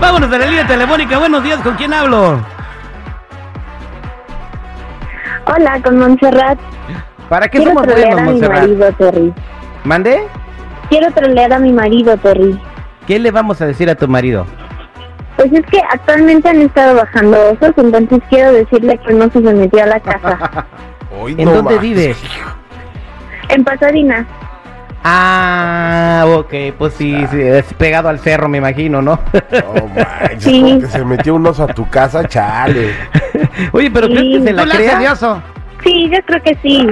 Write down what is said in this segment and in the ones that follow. Vámonos de la línea telefónica. Buenos días, ¿con quién hablo? Hola, con Montserrat. ¿Para qué Quiero somos trolear buenos, a mi Montserrat? marido, Terry. ¿Mande? Quiero trolear a mi marido, Terry. ¿Qué le vamos a decir a tu marido? Pues es que actualmente han estado bajando osos, entonces quiero decirle que no se metió a la casa. Hoy ¿En no dónde más. vives? en Pasadena. Ah, ok, pues sí, sí, es pegado al cerro, me imagino, ¿no? No manches, Sí. como que se metió un oso a tu casa, chale. Oye, pero Sí. ¿crees que se ¿Tú la le haces de crea? oso? Sí, yo creo que sí.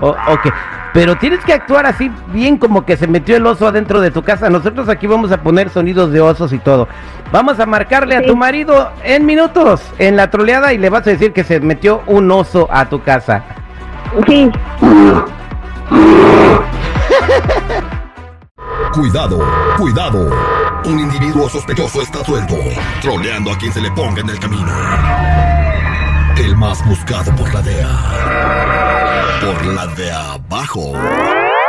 O- ok, pero tienes que actuar así bien como que se metió el oso adentro de tu casa. Nosotros aquí vamos a poner sonidos de osos y todo. Vamos a marcarle a Sí. tu marido en minutos en la troleada y le vas a decir que se metió un oso a tu casa. Sí. Cuidado, cuidado. Un individuo sospechoso está suelto, troleando a quien se le ponga en el camino. El más buscado por la DEA. Por la de abajo.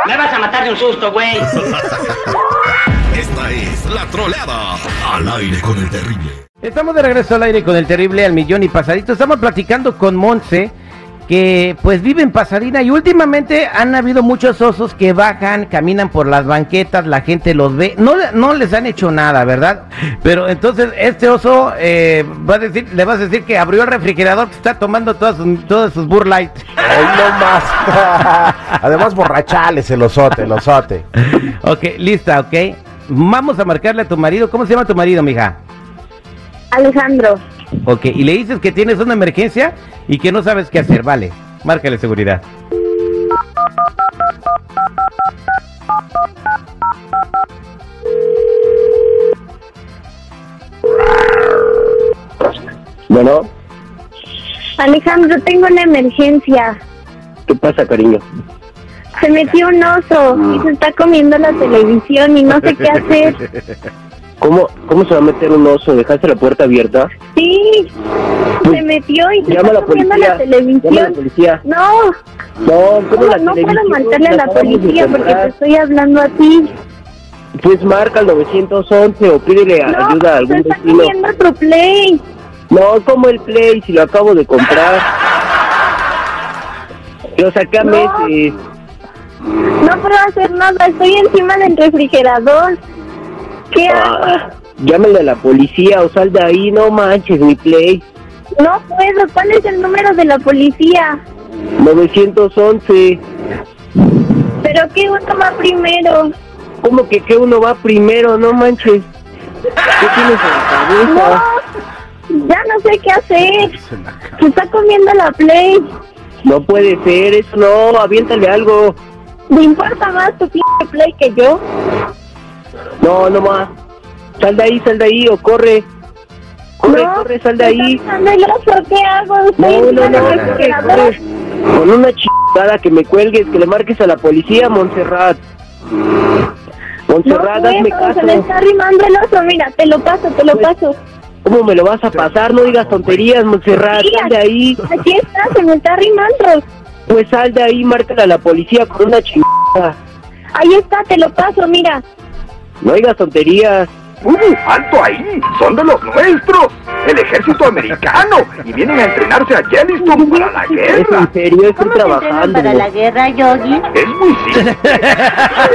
Me vas a matar de un susto, güey. Esta es la troleada. Al aire con el terrible. Estamos de regreso al aire con el terrible al millón y pasadito. Estamos platicando con Monse, que pues vive en Pasadena y últimamente han habido muchos osos que bajan, caminan por las banquetas, la gente los ve. No, no les han hecho nada, ¿verdad? Pero entonces este oso eh, va a decir, le vas a decir que abrió el refrigerador, que está tomando todas sus, todas sus Bud Light. Hoy no más. Además, borrachales, el osote, el osote. Ok, lista, ok. Vamos a marcarle a tu marido. ¿Cómo se llama tu marido, mija? Alejandro. Ok, y le dices que tienes una emergencia y que no sabes qué hacer, vale. Márcale seguridad. Bueno, Alejandro, tengo una emergencia. ¿qué pasa, cariño? Se metió un oso y se está comiendo la televisión y no sé qué hacer. ¿Cómo, ¿Cómo se va a meter un oso? ¿Dejaste la puerta abierta? Sí. Se metió y se Llama a está la comiendo policía. la Llama a la televisión. policía. No, No, ¿cómo no, la no puedo televisión? marcarle a la acabamos de policía porque te comprar. estoy hablando a ti. Pues marca al 911 o pídele a- No, ayuda a se algún está vecino. comiendo tu play. No, como el Play si lo acabo de comprar. Lo saqué a No. meses. No puedo hacer nada, estoy encima del refrigerador. ¿Qué Ah, hago? llámale a la policía o sal de ahí. No manches, mi Play. No puedo, ¿cuál es el número de la policía? 911. ¿Pero qué uno va primero? ¿Cómo que que uno va primero? No manches. ¿Qué tienes en la No, cabeza? ya no sé qué hacer. Se está comiendo la play. No puede ser, eso no, aviéntale algo. Me importa más tu pinche play que yo. No, no más. Sal de ahí, sal de ahí o corre. Corre, no, corre, sal de me ahí. está quitando el oso, ¿qué hago? Estoy No, encima no, no, del corre, refrigerador. corre. Con una chingada que me cuelgues, que le marques a la policía, Montserrat. No Montserrat, hazme puedo, se me caso. está arrimando el oso. Mira, te lo paso, te lo Pues, paso. ¿Cómo me lo vas a pasar? No digas tonterías, Montserrat. Sí, Sal de ahí. Aquí está, se me está arrimando. Pues sal de ahí, márcale a la policía con una chingada. Ahí está, te lo paso, mira. No digas tonterías. ¡Uh! ¡Alto ahí! ¡Son de los nuestros! ¡El ejército americano! ¡Y vienen a entrenarse a Yellowstone para la Es guerra! en serio, estoy entrenan trabajando. para la guerra, Yogi? ¡Es muy simple!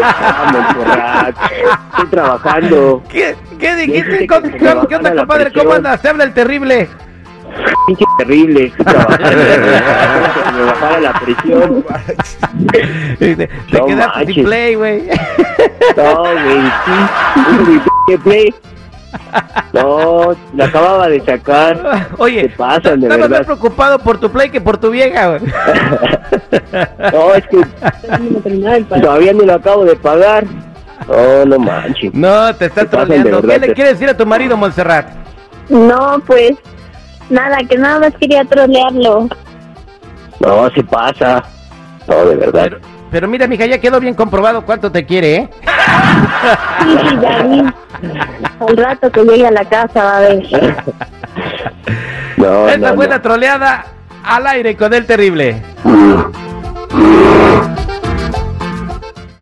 Ah, Montserrat. Estoy trabajando. ¿Qué, qué dijiste? Dijiste que ¿Cómo- se cómo- ¿Qué bajara onda, la compadre? ¿Cómo presión. andas? Te habla el terrible. pinche terrible, estoy trabajando. Que me bajara la presión. Te, te quedaste No sin manches. play, güey. No, güey, sí. Eso es mi pinche play. No, la acababa de sacar. Oye, Te pasan, de estabas más verdad. preocupado por tu play que por tu vieja, güey. No, es que todavía no lo acabo de pagar. No, no manches. No, te estás Te pasan, de troleando. ¿Qué verdad, le te- quieres decir a tu marido, Montserrat? No, pues nada, que nada más quería trolearlo. No, se pasa. No, de verdad. Pero, pero mira, mija, ya quedó bien comprobado cuánto te quiere, ¿eh? Sí, sí, ya vi. Al rato que llegue a la casa va a ver. No, Esta no, fue Oh, no. Mm. la troleada al aire con el terrible.